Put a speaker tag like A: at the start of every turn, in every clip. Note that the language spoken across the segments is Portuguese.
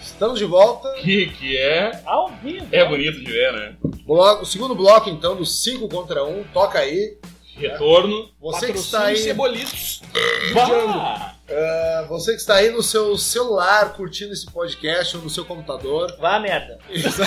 A: Estamos de volta.
B: Que, que é.
C: Ao vivo.
B: É bonito de ver, né?
A: Bloco, segundo bloco, então, do 5 contra 1. Um. Toca aí.
B: Retorno.
A: Você que está aí.
D: Cebolitos.
C: Vá!
A: ah, Você que está aí no seu celular curtindo esse podcast ou no seu computador.
C: Vá, merda.
A: Isso-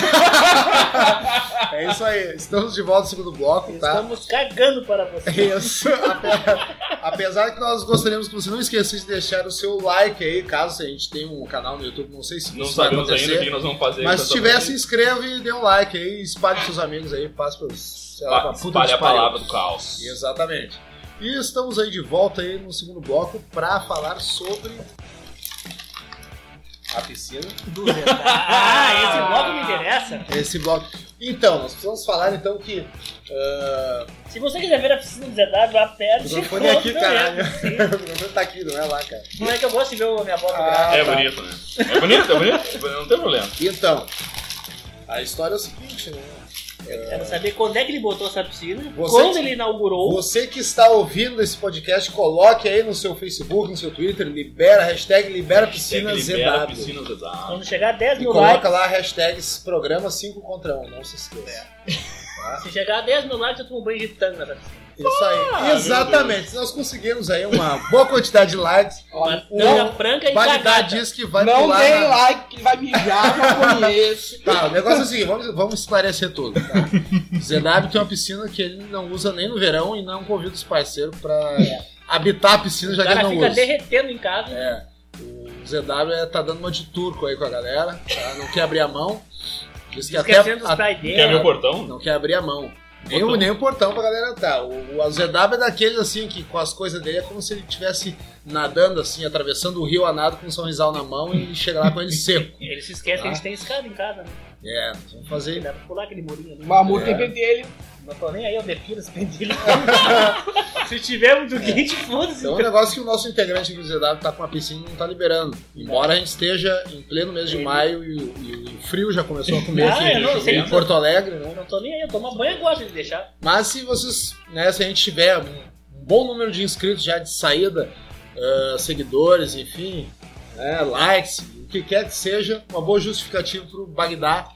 A: é isso aí. Estamos de volta no segundo bloco, tá? É
C: Estamos cagando para você.
A: Isso. Ape- Apesar que nós gostaríamos que você não esquecesse de deixar o seu like aí, caso a gente tenha um canal no YouTube, não sei se
B: Não né?
A: isso vai
B: sabemos ainda o
A: acontecer.
B: que nós vamos fazer.
A: Mas se
B: com essa
A: tiver, se inscreve, dê um like aí, espalhe pros seus amigos aí, passe pros, sei lá, pra
B: palavra.
A: puta
B: Espalhe
A: que
B: a
A: pariu.
B: palavra do caos.
A: Exatamente. E estamos aí de volta aí no segundo bloco pra falar sobre a piscina.
C: Do retalho. ah, esse bloco me interessa.
A: Esse bloco. Então, nós precisamos falar então que. ah,
C: Se você quiser ver a piscina do ZW,
A: o
C: aperte.
A: microfone é aqui,
C: contra-
A: caralho. O microfone tá aqui, não é lá, cara.
C: Não é que eu gosto de ver a minha bola
A: Ah.
B: É
C: grávida.
A: tá.
B: bonito, né? É bonito, é bonito. Não tem problema.
A: Então, a história é o seguinte, né?
C: Eu quero saber quando é que ele botou essa piscina,
A: Você-
C: quando ele inaugurou.
A: Você que está ouvindo esse podcast, coloque aí no seu Facebook, no seu Twitter, libera, hashtag libera piscina
B: Segue, É libera,
A: ZW.
B: piscina ZW.
C: Quando chegar a 10
A: E
C: mil
A: coloca
C: likes,
A: lá hashtags programa 5 contra 1, não se esqueça.
C: se chegar a 10 mil likes, eu tomo um banho de tanga nessa piscina.
A: Isso aí.
B: meu
A: Exatamente. Se Ah, nós conseguirmos aí uma boa quantidade de likes,
C: Uma
A: o
C: tanga franca e
A: Bagdá
C: cagada.
A: diz que vai
D: não
A: pular.
D: tem
A: na-
D: like, que ele vai mijar, já conheço.
A: Tá, o negócio é o seguinte, vamos, vamos esclarecer tudo. Tá? Zenab tem uma piscina que ele não usa nem no verão e não convida os parceiros pra habitar a piscina,
C: O
A: já que ele
C: cara
A: não
C: fica
A: usa.
C: derretendo em casa.
A: É. O ZW é- tá dando uma de turco aí com a galera, tá? não quer abrir a mão. Diz que até,
C: Esquecendo os
A: a-
C: pais
B: Quer abrir o
C: dele.
B: portão?
A: não quer abrir a mão. Nem o,
B: Portão.
A: nem o portão pra galera tá. O, o ZW é daqueles assim que com as coisas dele é como se ele estivesse nadando assim, atravessando o rio a nado com um sorrisal na mão e chegar lá com ele seco.
C: Ele se esquece
A: Ah.
C: que a gente tem escada em casa, né?
A: É, vamos fazer.
C: Dá pra pular aquele murinho ali.
D: O Mamute
A: É.
D: tem pentelho.
C: Não tô nem aí, eu depilo esse pendelho. Se tiver muito quente, foda-se.
A: Então é um negócio que o nosso integrante aqui do ZW tá com a piscina e não tá liberando. Embora a gente esteja em pleno mês de
C: Ele-
A: maio e, o- e o frio já começou a comer
C: Ah,
A: aqui
C: eu não sei.
A: em Porto Alegre, né?
C: Eu não tô nem aí, eu tomo banho e gosto de deixar.
A: Mas se vocês, né, se a gente tiver um bom número de inscritos já de saída, ah, seguidores, enfim, né, likes, o que quer que seja, uma boa justificativa pro Bagdá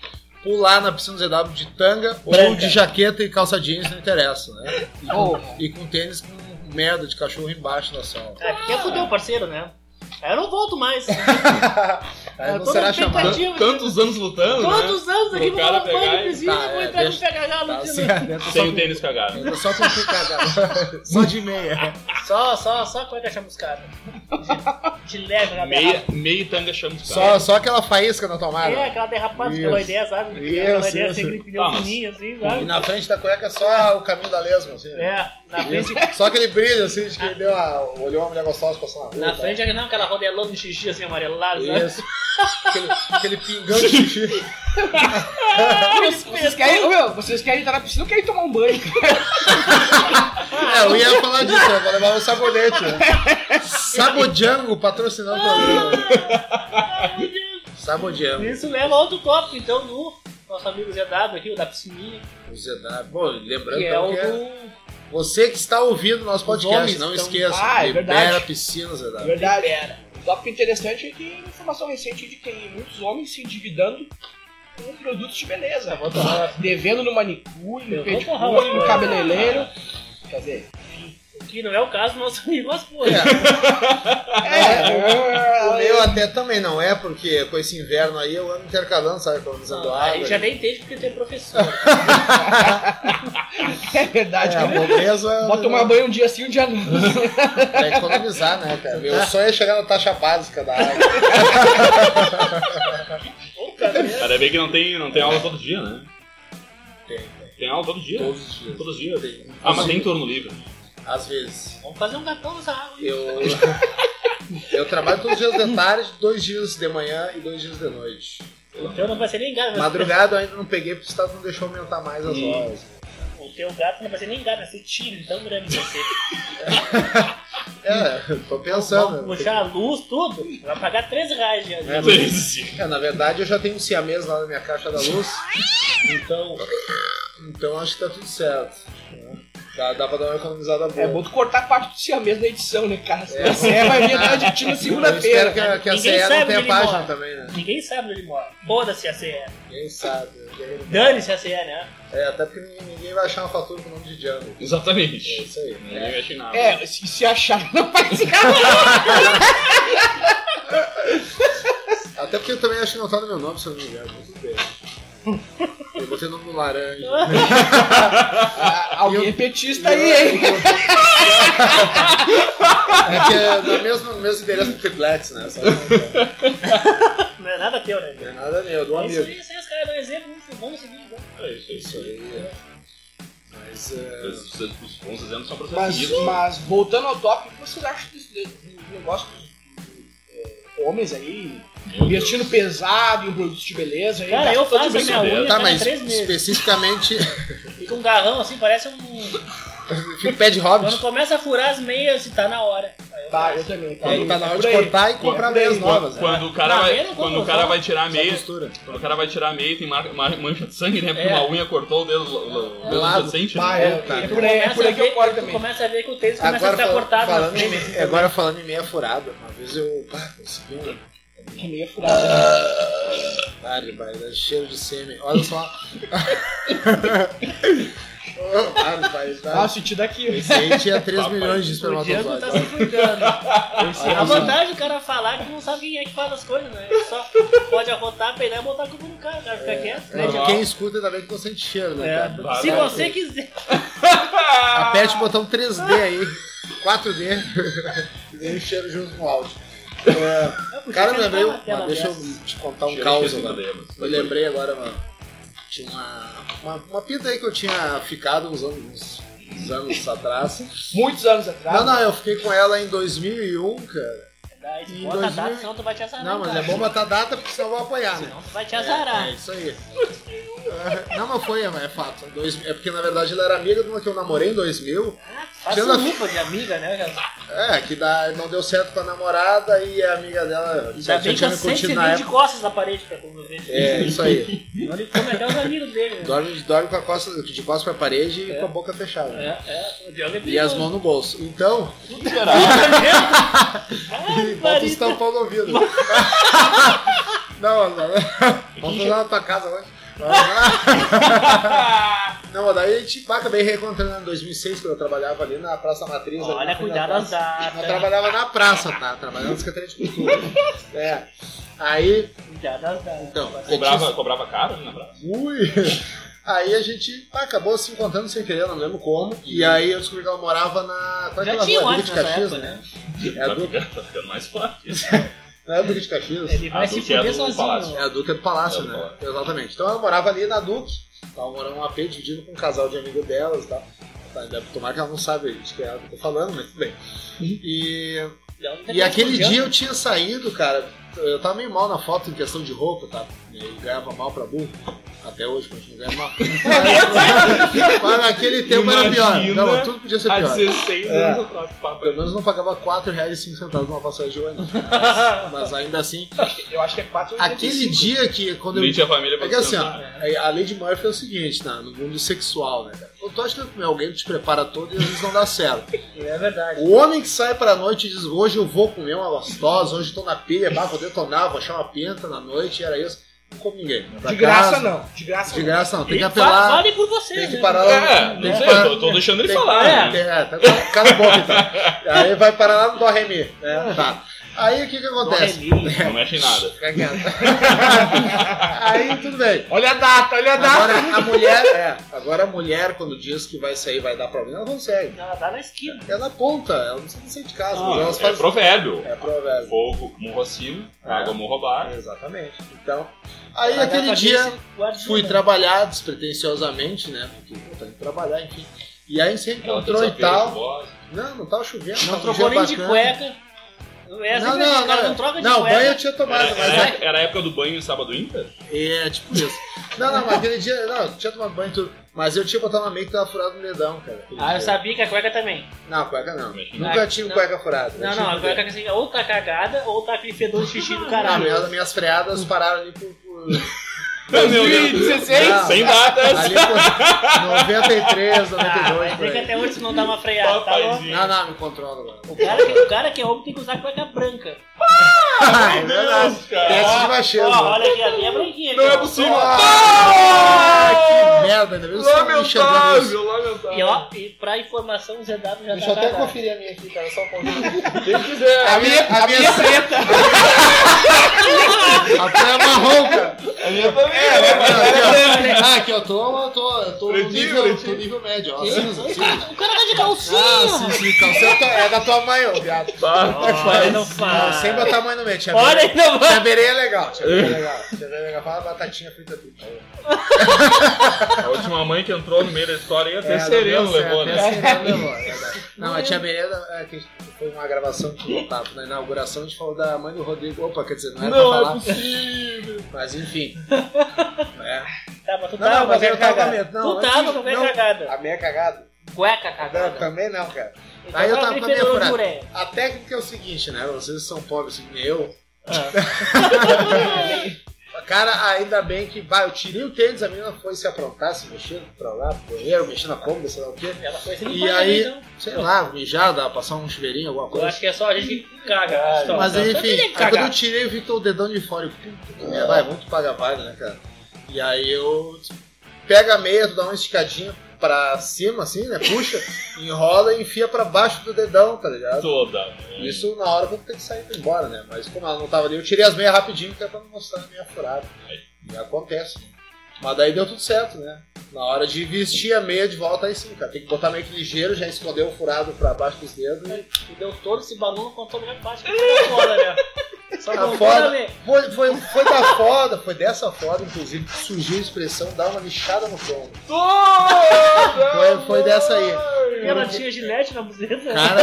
A: pular na piscina do ZW de tanga ou
C: Branca.
A: de jaqueta e calça jeans, não interessa, né? E com,
D: Oh.
A: e com tênis com merda de cachorro embaixo da sala.
C: Ah, quer fuder o parceiro, né? Aí eu não volto mais.
A: Aí
C: Eu
A: não
C: tô
A: será
C: na
A: chamado.
C: expectativa.
B: Tantos anos lutando, né?
C: Todos os anos aqui
B: Pro
C: vou
B: cara
C: tomar banho
B: pegar
C: de
B: e-
C: piscina,
A: Tá,
C: vou
A: é,
C: entrar no
A: deixa-
C: PHH
A: Tá,
C: no
A: assim,
C: piscina.
A: né? Tô só
B: Sem
A: com-
B: o tênis cagado.
A: Eu tô só com um cagado. Só de meia.
C: Só, só, só é cueca chamuscada. De, de leve, aquela
B: Meia,
C: derrapada.
B: meia e tanga chama os
A: Só,
B: caras.
A: só aquela faísca na tomada.
C: É, aquela derrapada
A: Isso.
C: pela ideia, sabe?
A: Isso,
C: Pela ideia
A: isso.
C: sempre pneu
B: Tá, mas-
C: fininho, assim,
A: E
C: sabe?
A: na frente da cueca é só o caminho da lesma, assim.
C: É, na frente,
A: Só aquele brilho, assim, de que deu a, olhou uma mulher gostosa passando na rua.
C: na
A: tá?
C: frente, não, aquela rodelona de xixi assim amarelada, sabe?
A: Isso. aquele, aquele pingando de xixi.
D: Vocês querem, ô, meu, vocês querem entrar na piscina ou querem tomar um banho?
C: Ah,
A: É, eu ia falar disso, eu vou levar o sabonete. Né? Sabojango patrocinando o programa. Sabojango.
C: Isso leva a outro tópico, então, do nosso amigo ZW aqui, o da piscininha,
A: O Zedar. Bom, lembrando
C: que é o
A: que é-
C: do...
A: você que está ouvindo nosso podcast,
D: homens
A: não
D: estão-
A: esqueça.
D: Ah, é
A: libera
D: verdade.
A: a piscina, Zedar.
D: É Verdade.
C: Libera.
D: O tópico interessante é que informação recente de que tem muitos homens se endividando com produtos de beleza. Devendo no manicure,
C: Eu
D: no
C: vou torrar uma
D: pedicure, no
C: coisa.
D: cabeleireiro. Quer dizer,
C: O que não é o caso do nosso amigo Aspor.
A: É, o
D: é,
A: meu até também não é, porque com esse inverno aí eu ando intercalando, sabe, economizando
C: Ah,
A: água.
C: aí já nem entende porque tem professor.
D: é
A: É,
D: verdade.
A: a
C: né?
A: pobreza.
D: Bota tomar banho um dia assim, um dia não.
A: Pra economizar, né, cara? Meu sonho é chegar na taxa básica da água.
C: Ô, cara, né?
B: Ainda é bem que não tem, não tem aula todo dia, né?
A: Tem,
B: Tem aula todo dia.
A: Todos os dias.
B: Todos os dias. Ah, mas tem turno livre.
A: Às vezes.
C: Vamos fazer um gatão nessa água. aí.
A: Eu. Eu trabalho todos os dias de tarde, dois dias de manhã e dois dias de noite.
C: O teu não vai ser nem gato. né?
A: Madrugada eu ainda não peguei porque o Estado não deixou aumentar mais as
B: Hum.
A: horas.
C: O teu gato não vai ser nem gato, vai ser tiro, tão grande vai ser.
A: É, tô
C: Vamos
A: pensando.
C: puxar a luz, tudo. Vai pagar 13 reais já.
A: É, mas-
B: Sim.
A: É, na verdade eu já tenho um siamês lá na minha caixa da luz. Então. Então acho que tá tudo certo. né? Dá, dá pra dar uma economizada boa.
D: É bom tu cortar parte do siamês na edição, né, cara?
A: É.
D: É, é vai vir dar de ti na
A: Eu espero
D: segunda-feira.
A: que a, que a
C: Ninguém
A: CE não
C: sabe
A: tenha
C: onde ele
A: página
C: mora.
A: também,
D: É.
A: né?
C: Ninguém sabe onde ele mora. Foda-se a CE.
A: Ninguém sabe. ninguém-
C: Dane-se a CE, né?
A: É, até porque ninguém, ninguém vai achar uma fatura com o nome de Django. É
B: Exatamente.
A: isso aí.
B: Ninguém mexe em nada.
D: É, se, se achar, não vai se
A: Até porque eu também acho que não tá no meu nome, se eu não me engano. Mas tudo bem. Eu botei o nome no laranja.
D: Ah, Alguém
A: Eu-
D: é petista aí, hein?
A: É que é no mesmo, no mesmo endereço do triplex, né? Sabe?
C: Não é nada teu, né?
A: Não é nada meu, do
C: É isso
A: amigo.
C: aí, isso aí, os caras dão exemplo, muito bom seguir, né?
B: É isso, é isso.
A: Isso aí. é. Mas é.
B: Os, os, os bons exemplos são
D: Mas,
B: procedidos.
D: mas voltando ao tópico, o que vocês acham desse de- do negócio dos é, homens aí investindo pesado em um produto de beleza? aí,
C: Cara, eu
D: gastando
C: faço a
D: dinheiro?
C: minha unha
A: Tá,
C: tá,
A: mas
C: três meses.
A: especificamente.
C: Fica um garrão assim, parece um.
A: Fica pé de hobbit.
C: Quando começa a furar as meias, se tá na hora. Aí eu
D: Tá,
C: faço.
D: eu também. Tá,
A: Aí tá na hora
D: Por
A: de
D: aí.
A: cortar e comprar
D: por aí.
A: meias novas. né?
B: Quando o cara,
C: Não,
B: vai,
C: eu não vou
B: quando o cara
C: usar.
B: vai tirar a
A: Só
B: meia,
A: costura.
B: quando o cara vai tirar a meia tem marca, mar- mancha de sangue, né? Porque
C: É.
B: uma unha cortou o dedo, o- o dedo
A: Lado,
B: adjacente.
A: pá,
B: né?
A: é,
D: É
A: cara.
D: por aí, é por aí que eu corto
C: tu
D: também.
C: começa a ver que o tênis começa
A: Agora,
C: a ficar
A: fal-
C: cortado né?
A: falando,
C: na
A: em,
C: frente.
A: me- agora falando em meia furada, uma vez eu pá, consegui um
D: Que
C: É
D: meia furada.
C: né?
A: Barbaridade, cheiro de sêmen. Olha só. Ô,
D: Ah, eu
A: Barbaridade.
D: senti daqui.
A: Esse aí tinha 3
B: Papai,
A: milhões de
C: O Diego tá
A: espermatozoides.
C: se cuidando. A
A: Olha,
C: vantagem do cara falar que não sabe quem é que faz as coisas, né? Ele só pode arrotar, peidar e botar a culpa no cara. O cara fica quieto, né?
A: olha, Quem escuta ainda bem que É. não sente cheiro, né,
C: É,
A: cara?
C: se você quiser.
A: Aperte o botão 3D aí, 4D, e vem o cheiro junto com o áudio. É, cara, me lembrei.
C: tá
A: Mas deixa eu te contar um
B: Cheiro
A: caos
B: de
A: agora.
B: dedo, mas-
A: Me lembrei agora, mano. Tinha uma, uma, uma pinta aí que eu tinha ficado uns anos, uns anos atrás.
D: Muitos anos atrás.
A: Não, não, eu fiquei com ela em 2001, cara. Em
C: Bota a
A: 2000.
C: data, senão tu vai te azarar.
A: Não, mas
C: cara.
A: é bom matar a data porque senão eu vou apanhar, né?
C: Senão tu vai te
A: É,
C: azarar.
A: é isso aí. É, Não, mas foi, é fato. Em dois- É porque na verdade ela era amiga de uma que eu namorei em 2000.
C: Ah,
A: Tira-
C: Faça lupa de amiga, né? cara?
A: É, que dá- não deu certo com a namorada e a amiga dela.
C: Ainda
A: eu
C: bem que eu sempre se viu de costas na parede pra conviver.
A: É, isso aí.
C: Então ele come até os amigos dele, né?
A: Dorme, dorme com a costa, de costas pra parede e
C: É.
A: com a boca fechada.
C: É, é, o Diogo é
A: E as
C: perigoso.
A: mãos no bolso. Então,
D: Tudo geral.
A: Bota
C: Barbarita.
A: os tampão no ouvido. não, mano. Vamos lá na tua casa hoje. Não, mas daí a gente bah, acabei reencontrando em 2006, quando eu trabalhava ali na Praça Matriz. ali na
C: Olha,
A: frente
C: cuidado
A: da
C: das
A: praça. Eu
C: datas. né?
A: trabalhava na praça, tá? Trabalhava na Secretaria de Cultura. É. Aí,
C: Cuidado das datas.
A: então, a gente-
B: Cobrava, cobrava caro né? na praça.
A: Ui! Aí a gente bah, acabou se encontrando sem querer, não lembro como. E aí eu descobri que ela morava na. Qual é
C: Já
A: aquela
C: tinha
A: rua?
C: um
A: Duque de
C: nessa
A: Caxias,
C: época,
A: né? É a
B: Tá
A: Duque,
B: ficando, tá ficando mais fácil.
A: não é a Duque de Caxias?
C: Ele vai
B: Ah,
C: se
B: do que é
C: fuder
B: do
C: sozinho.
B: palácio.
A: É a Duque é do Palácio,
B: É do
A: né?
B: Palácio.
A: Exatamente. Então ela morava ali na Duque, tava morando num AP dividido com um casal de amigo delas e tal. Tá, ainda- Tomara que ela não sabe de que é ela que eu tô falando, mas tudo bem.
C: Uhum.
A: E, e aquele dia eu tinha saído, cara. Eu tava meio mal na foto em questão de roupa, tá? Eu ganhava mal pra burro. Até hoje, continuo ganhando mal. Mas- Mas naquele tempo era pior.
B: Imagina
A: Não, tudo podia ser
B: Há
A: pior.
B: 16
A: É.
B: anos atrás, papo.
A: Pelo menos não pagava R$4,05 numa passagem de ônibus. Mas ainda assim,
D: Eu acho que é 4
A: aquele dia que quando eu
B: Mente a família pra
A: é que assim, ó,
B: descansar.
A: a lei de Murphy é o seguinte, tá? no mundo sexual, né, cara? Quando tu acha que alguém te prepara todo e às vezes não dá certo.
C: É verdade.
A: O homem que sai pra noite e diz, hoje eu vou comer uma gostosa, hoje eu tô na pilha, bah, vou detonar, vou achar uma penta na noite, e era isso. Não come ninguém. Vai pra
D: De graça
A: casa,
D: não. De graça
A: De
D: não.
A: graça não, tem que
C: Fa-
A: apelar,
C: Vale por você,
A: tem que
C: né?
A: parar lá.
B: É,
A: tem
B: não
A: que
B: sei,
A: parar-
B: eu tô, tô deixando ele
A: tem-
B: falar. né?
A: É, é, tá, cala a boca então. Aí vai parar lá no Dó Ré Mi, né? Tá. Aí o que que acontece?
C: Acontece.
B: Não mexe em nada.
A: Fica quieto. Aí tudo bem.
D: Olha a data, olha a data.
A: Agora a mulher, é, agora a mulher quando diz que vai sair vai dar problema, ela consegue.
C: Ela tá na esquina.
A: Ela aponta, ela não precisa sair de casa, mas
B: Não,
A: elas
B: é
A: fazem.
B: provérbio.
A: É provérbio.
B: Fogo, morro acima,
A: É.
B: água, morro abaixo.
A: Exatamente. Então, aí
C: Ela
A: aquele
C: tá
A: dia
C: nesse guardinha.
A: fui trabalhar despretensiosamente, né? Porque pô, tá indo trabalhar, enfim. E aí se
B: Aquela
A: encontrou e
B: terça-feira
A: tal.
B: chuvosa.
A: Não, não tava chovendo.
C: Não
A: tava um
C: trocou
A: dia
C: nem de
A: bacana.
C: cueca. É,
A: Não,
C: sempre assim,
A: não,
C: o cara
A: não.
C: não troca de
A: não,
C: cueca. É.
A: banho é eu tinha tomado,
B: Era,
A: mas
B: era- era a época do banho em sábado ímpar?
A: É, tipo isso. Não, não, mas aquele dia, não, eu tinha tomado banho e tudo. Mas eu tinha botado uma meia que tava furado no dedão, cara. aquele
C: Ah, eu
A: dia.
C: sabia que a cueca também.
A: Não, cueca não.
B: Mexe em
A: Nunca tive
C: não.
A: cueca furada.
C: Não,
A: Eu
C: não, a
A: tive
C: cueca assim, ou tá cagada, ou tá aquele fedor de xixi do
A: Não,
C: caralho.
A: minhas, minhas freadas pararam ali por, por,
B: Meu Deus.
D: 2016?
A: Não.
B: Sem datas.
A: Ali foi 93, 92.
C: Ah, mas
A: por
C: é que
A: aí.
C: até hoje não dá uma freada, tá bom?
B: Papaizinho.
A: Não, não, me controla agora.
C: O cara, que, o cara que é homem tem que usar cueca branca.
A: Ah, é
B: Meu
A: verdade.
B: Deus, cara.
A: Teste de
C: Ó,
A: machismo.
C: olha aqui, a minha é branquinha.
B: Não
C: aqui,
B: é
C: ó.
B: possível.
A: Ah, que
B: Ah!
A: merda, ainda bem que você tá enxergando isso.
B: Lamentável, lamentável.
C: E ó, e pra informação, o ZW já tá
D: Deixa eu até
C: cagado.
D: conferir a minha aqui, cara, só um pouquinho.
B: Quem quiser.
D: A minha, a minha é preta.
A: Até é marrom, cara.
B: A minha também.
A: É,
B: né?
A: aqui, ó. Ah, aqui eu tô, eu tô, eu tô no
B: Pretinho,
A: nível, tô
B: pretinho.
A: nível médio, ó. Cinza, cinza.
C: O cara tá de calcinha.
A: Ah, sim, sim, calcinha é da tua mãe, ô viado.
B: Bah.
C: Olha, não
A: Não,
C: faz.
A: sem botar a mãe no meio, tinha
C: Olha,
A: bereia-
C: não vai.
A: Tinha bereia é legal, tinha bereia legal. Tinha bereia é legal, fala batatinha frita tudo.
B: A última mãe que entrou no meio da história ia
A: É,
B: ter sereno,
A: não deu
B: levou,
A: certo,
B: né?
A: até Sereno levou, é verdade. Não, mas tinha Bereia, é, que foi uma gravação que voltava na inauguração, a gente falou da mãe do Rodrigo. Opa, quer dizer, não era pra falar,
B: é possível.
A: mas enfim. É.
C: Tá, mas
A: Não,
C: tu tava
A: não,
C: com a
A: mas é eu
C: cueca
A: tava
C: cagada.
A: mesmo. Não,
C: Tu tava
A: antes-
C: com a cueca
A: não.
C: cagada.
A: A minha é cagada?
C: Cueca
A: Não,
C: cagada.
A: também não, cara.
C: Ele
A: Aí eu tava com
C: tava
A: a minha
C: preferando
A: furada.
C: ureia.
A: A técnica é o seguinte, né? Vocês são pobres assim, que nem eu.
C: Ah.
A: Cara, ainda bem que vai, eu tirei o tênis, a menina foi se aprontar, se mexendo pra lá, pro banheiro, mexendo a cômoda, sei lá o quê.
C: Ela foi assim, se
A: E
C: limpar
A: aí-
C: também, então.
A: Sei lá, mijada, passar um chuveirinho, alguma
C: Eu
A: coisa.
C: acho que é só a gente que caga. Só,
A: Mas
C: tá?
A: aí,
C: Só
A: enfim,
C: tem
A: aí
C: que
A: quando eu
C: cagar.
A: tirei, eu vi todo o dedão de fora. Eu, Puta que merda, vai, vamos pagar vaga, né, cara? E aí eu pega a meia, tu dá uma esticadinha pra cima, assim, né? Puxa, enrola e enfia pra baixo do dedão, tá ligado?
B: Toda.
A: Isso na hora eu vou ter que sair e ir embora, né? Mas como ela não tava ali, eu tirei as meias rapidinho, que era pra não mostrar a meia furada. E acontece. Mas daí deu tudo certo, né? Na hora de vestir a meia de volta, aí sim, cara. Tem que botar meio que ligeiro, já esconder o furado pra baixo dos dedos. E...
C: E deu todo esse balão com todo mundo baixo. Tá foda, né? Só
A: Tá
C: não
A: foda.
C: foda, né?
A: Foi, foi, foi da foda, foi dessa foda, inclusive, que surgiu a expressão dar uma lixada no pão.
B: Toda!
A: Foi, foi dessa aí.
C: E Ela tinha gilete na buzeta.
A: Cara.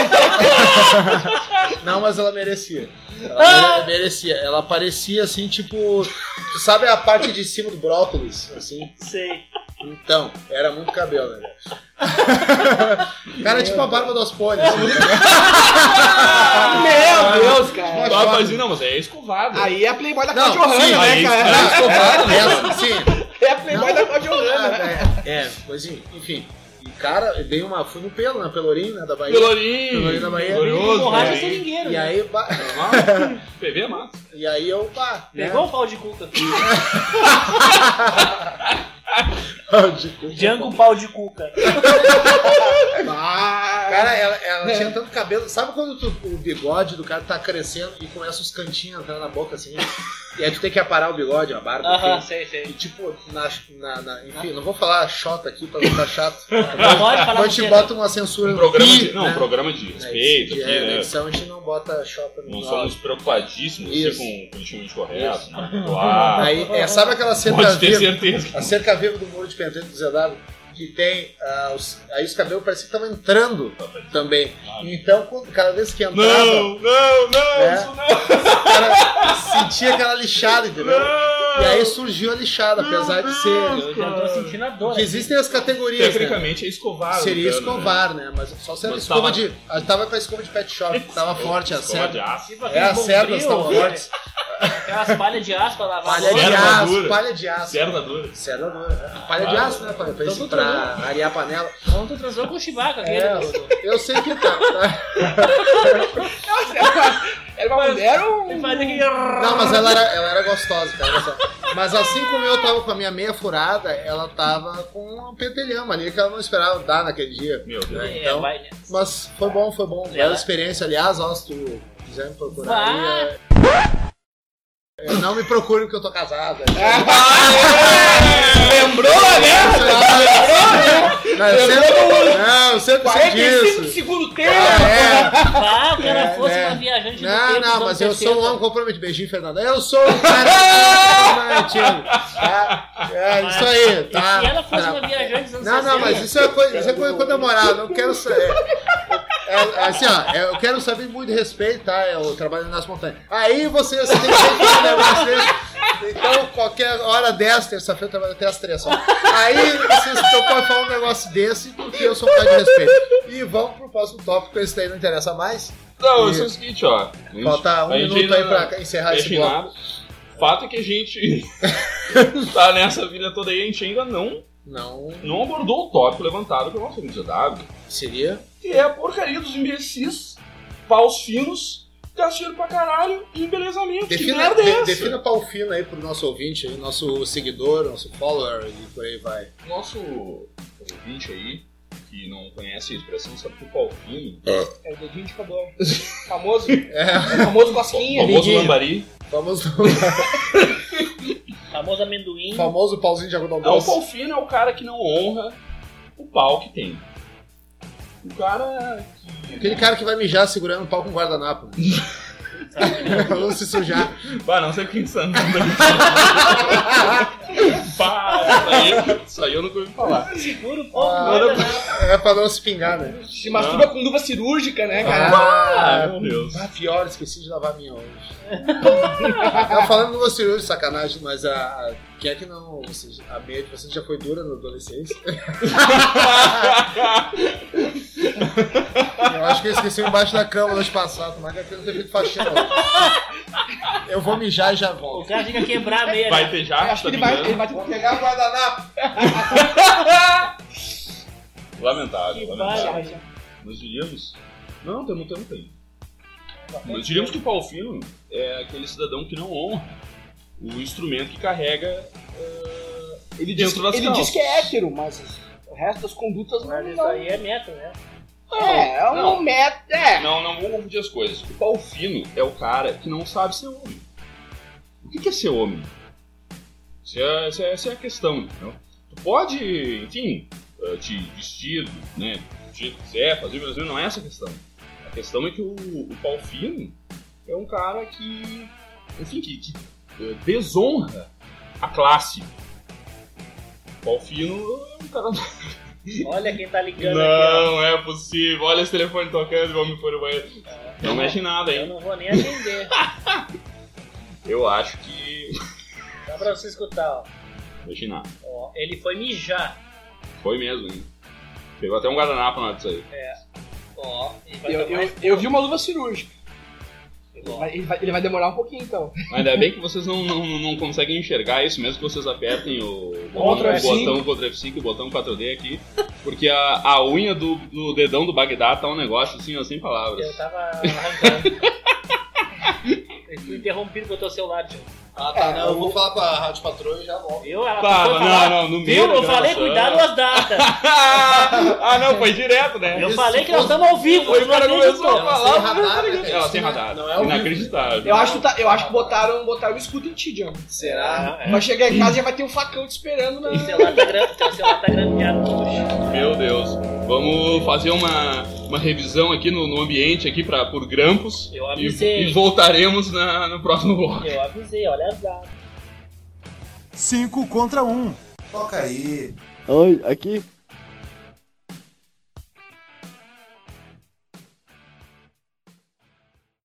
A: Não, mas ela merecia. Ela mere- merecia. Ela parecia assim, tipo. tu Sabe a parte de cima do brócolis? Assim.
C: Sei.
A: Então, era muito cabelo, né? Cara, é tipo a barba das pôneis. assim. Tá
C: Ah,
D: Meu Deus, cara.
B: Bah, mas não, mas é escovado.
D: Aí é a Playboy da
A: Não,
D: Cláudia Johanna,
B: sim,
D: né,
B: aí-
D: cara?
A: Ela- É, Sim.
D: É a Playboy da Cláudia Johanna, né?
A: É, é, pois enfim. E cara, dei uma. Fui no pelo, né? Pelourinho, né? Da Bahia.
B: Pelourinho.
A: Pelourinho da Bahia.
B: Glorioso,
C: Borracha é
B: Pelourinho.
C: seringueiro.
A: E
C: né?
A: aí, ba-
B: PV é massa.
A: e aí eu, pá, né?
C: Pegou o É pau de cuca.
A: De cu.
C: Django pau de cuca.
D: Ah,
A: Cara, ela, ela tinha tanto cabelo. Sabe quando tu- o bigode do cara tá crescendo e começa os cantinhos entrando na boca assim? E aí tu tem que aparar o bigode, a barba,
C: Aham,
A: enfim.
C: sei, sei.
A: E tipo, na, na- na- enfim, não vou falar chota aqui pra não ficar chato.
C: Não pode falar
A: Então a gente
C: buzeta.
A: bota uma censura
B: Um programa
A: pi,
B: de, não,
A: né?
B: um programa de
A: Na
B: respeito
A: edição-
B: aqui,
A: é, na
B: né?
A: edição a gente não bota chota no
B: Não
A: áudio.
B: somos preocupadíssimos
A: Isso.
B: assim, com o time correto.
A: Isso.
B: né? Claro.
A: Aí, é, sabe aquela cena
B: Pode ter certeza.
A: a cerca viva do muro de Pentecostes do ZW, que tem ah, os- aí os cabelos pareciam que estavam entrando também. Então, quando- cada vez que entrava,
B: Não, não, não,
A: É.
B: isso não.
A: o cara sentia aquela lixada, entendeu?
B: não.
A: E aí surgiu a lixada, apesar de ser.
C: Eu já tô sentindo a dor.
A: Porque existem as categorias. né?
B: Tecnicamente é escovado.
A: Seria
B: cara, né?
A: escovar, né? Mas só se era
B: Mas
A: escova
B: tava- É
A: de. ah, Tava pra escova de pet shop, tava forte a
B: Escova de
A: cerda.
B: aço.
C: Tipo
A: É, as cerdas estão fortes.
C: né?
B: né?
C: Aquelas palhas de aço pra lavar. a né?
A: Palha de
C: louça.
B: Cerda
A: aço,
B: dura.
A: palha de aço.
B: Cerda dura.
A: Cerda dura. Palha de
B: Ah,
A: aço, né? Pra, pra,
C: Então,
A: pra arear a panela.
C: Então tu transou com o Chewbacca, né? aquele.
A: É,
C: do-
A: eu sei que tá, tá?
D: né? era uma mulher ou
C: Ele
D: um...
C: faz aquele-
A: Não, mas ela era, ela era gostosa, cara. gostosa. Mas assim como eu tava com a minha meia furada, ela tava com um pentelhama ali que ela não esperava dar naquele dia.
B: Meu Deus.
A: né?
C: É,
A: Então,
C: vai, né?
A: mas foi bom, foi bom. Bela
C: Ela-
A: experiência, aliás, ó, se tu quiser me procurar aí,
C: Vai.
A: é- é, Não me procure porque eu tô casada. Ah,
D: Lembrou, né?
A: Não, é eu sempre, não, eu sempre sei
D: 45 de
A: disso.
D: segundo tempo.
A: É, é.
C: Ah, que ela
A: É,
C: fosse
A: né?
C: uma viajante do
A: Não,
C: tempo dos
A: não,
C: anos
A: mas eu sou um
C: 60.
A: homem comprometido. Beijinho, Fernando. Eu sou um cara comprometido. Tá? É isso aí,
C: E
A: tá?
C: Se ela fosse
A: Tá.
C: uma viajante dos anos
A: Não, não, mas isso é coisa, isso é coisa comemorável. Não quero saber. É, é assim, ó, é, eu quero saber muito respeito, tá? Eu trabalho nas montanhas. Aí você, você tem que fazer um negócio desse. Então, qualquer hora dessa, terça-feira, eu trabalho até as três só. Aí vocês então, podem falar um negócio desse, porque eu sou um cara de respeito. E vamos pro próximo tópico, esse daí não interessa mais.
B: Não,
A: E-
B: isso é Então, o seguinte, ó. A gente-
A: Falta um
B: a gente
A: minuto aí
B: ainda-
A: pra encerrar esse bloco.
B: Refinado. Fato é que a gente tá nessa vida toda aí, a gente ainda não,
A: Não
B: não abordou o tópico levantado pelo nosso amigo ZW,
A: seria.
B: que é a porcaria dos imbecis, paus finos, gasteiro pra caralho e embelezamento. que
A: Defina,
B: merda é
A: de-
B: essa?
A: defina pau fino aí pro nosso ouvinte, aí, nosso seguidor, nosso follower e por aí vai.
B: Nosso ouvinte aí, que não conhece a expressão, sabe que o pau fino,
D: É o dedinho de cabelo. Famoso.
A: É,
D: Famoso
B: o
D: cosquinha.
B: famoso
A: amiguinho.
B: lambari,
A: famoso,
C: Famoso amendoim.
A: famoso pauzinho de algodão
B: é o pau
A: doce.
B: fino é o cara que não honra o pau que tem. O cara que...
A: Aquele cara que vai mijar segurando o pau com guardanapo. Pra não se sujar.
B: Bah, é, não sei quem são. Bah, essa aí- isso aí eu nunca ouvi falar.
C: Segura o pau.
A: Ah,
C: guarda, né?
A: É pra não se pingar, né?
D: Se masturba com luva cirúrgica, né, cara?
B: Ah, meu Deus.
D: é.
A: Ah, pior, esqueci de lavar a minha hoje. Tava falando do cirúrgico, sacanagem, mas a. a- Quem é que não. Vocês, a meia de vocês já foi dura na adolescência? Eu acho que eu esqueci embaixo da cama no ano passado, mas aqui eu não tenho feito faxina. Eu vou mijar e já
C: O
A: volto.
C: cara fica quebrar a meia.
B: Vai
C: né?
B: ter
D: Eu
B: já,
D: acho que
B: tá
D: ele vai, ele
B: brincando?
D: vai ter que pegar o guardanapo.
B: Lamentável,
C: Que
B: lamentável.
C: vai.
B: Nós diríamos... Não, temos, temos, tem. Nós diríamos que o pau fino é aquele cidadão que não honra o instrumento que carrega eh, ele dentro das
D: Ele
B: calças.
D: diz que é hétero, mas o resto das condutas não.
C: Mas isso
D: não-
C: aí é meta, né?
D: É, é
B: não.
D: um método. É.
B: Não, não vamos confundir as coisas. O pau fino é o cara que não sabe ser homem. O que que é ser homem? Essa é, essa é- essa é a questão, entendeu? Tu pode, enfim, eh, te vestir, né? Do jeito que quiser, fazer o Brasil, não é essa a questão. A questão é que o, o pau fino é um cara que, enfim, que, que, eh, desonra a classe. O pau fino é um cara
C: Olha quem tá ligando aqui.
B: não é possível. Olha esse telefone tocando e vamos para o banheiro. Não mexe em nada,
C: ó. Eu
B: hein?
C: não vou nem atender.
B: Eu acho que.
C: Dá pra você escutar, ó.
B: Mexe em nada.
C: Ó, Ele foi mijar.
B: Foi mesmo, hein? Pegou até um guardanapo na hora disso aí.
C: Ó, ele vai
D: Eu,
C: tomar
D: eu, eu vi uma luva cirúrgica. Ele vai, ele vai- ele vai demorar um pouquinho então.
B: Mas ainda bem que vocês não, não, não conseguem enxergar isso, mesmo que vocês apertem o
D: Ctrl
B: botão, o
D: F cinco.
B: botão Ctrl F5, o botão 4D aqui. Porque a, a unha do, do dedão do Bagdá tá um negócio assim, ó, sem palavras.
C: Eu tava arrancando. eu fui interrompido pelo teu celular, John.
A: Ah,
D: tá, não, eu vou
A: falar com a Rádio Patrulha e já volto.
C: Viu? Ela
B: Tá, mas
C: foi falar.
B: não, não, no meio.
C: Viu?
B: da
C: Eu falei,
B: gravação.
C: cuidado as datas.
B: ah, não, foi direto, né?
C: Eu falei que nós estamos ao vivo.
B: Foi o cara
C: não
B: começou a
C: acredito.
B: falar.
A: Ela tem radar, né, cara? Isso não
B: Ela tem
A: é-
B: radar.
A: não é ao vivo.
B: Inacreditável.
D: Eu acho, que tá- eu acho que botaram, botaram o escudo em ti, John.
A: Será?
D: Vai chegar em casa e já vai ter um facão te esperando na.
C: Teu celular tá grande, teu celular tá grampeado hoje.
B: Meu Deus. Vamos fazer uma, uma revisão aqui no, no ambiente aqui pra, por grampos.
C: Eu
B: E,
C: avisei.
B: e voltaremos na, no próximo bloco.
C: Eu avisei, olha as datas.
E: 5 contra 1.
F: Toca aí.
G: Oi, aqui.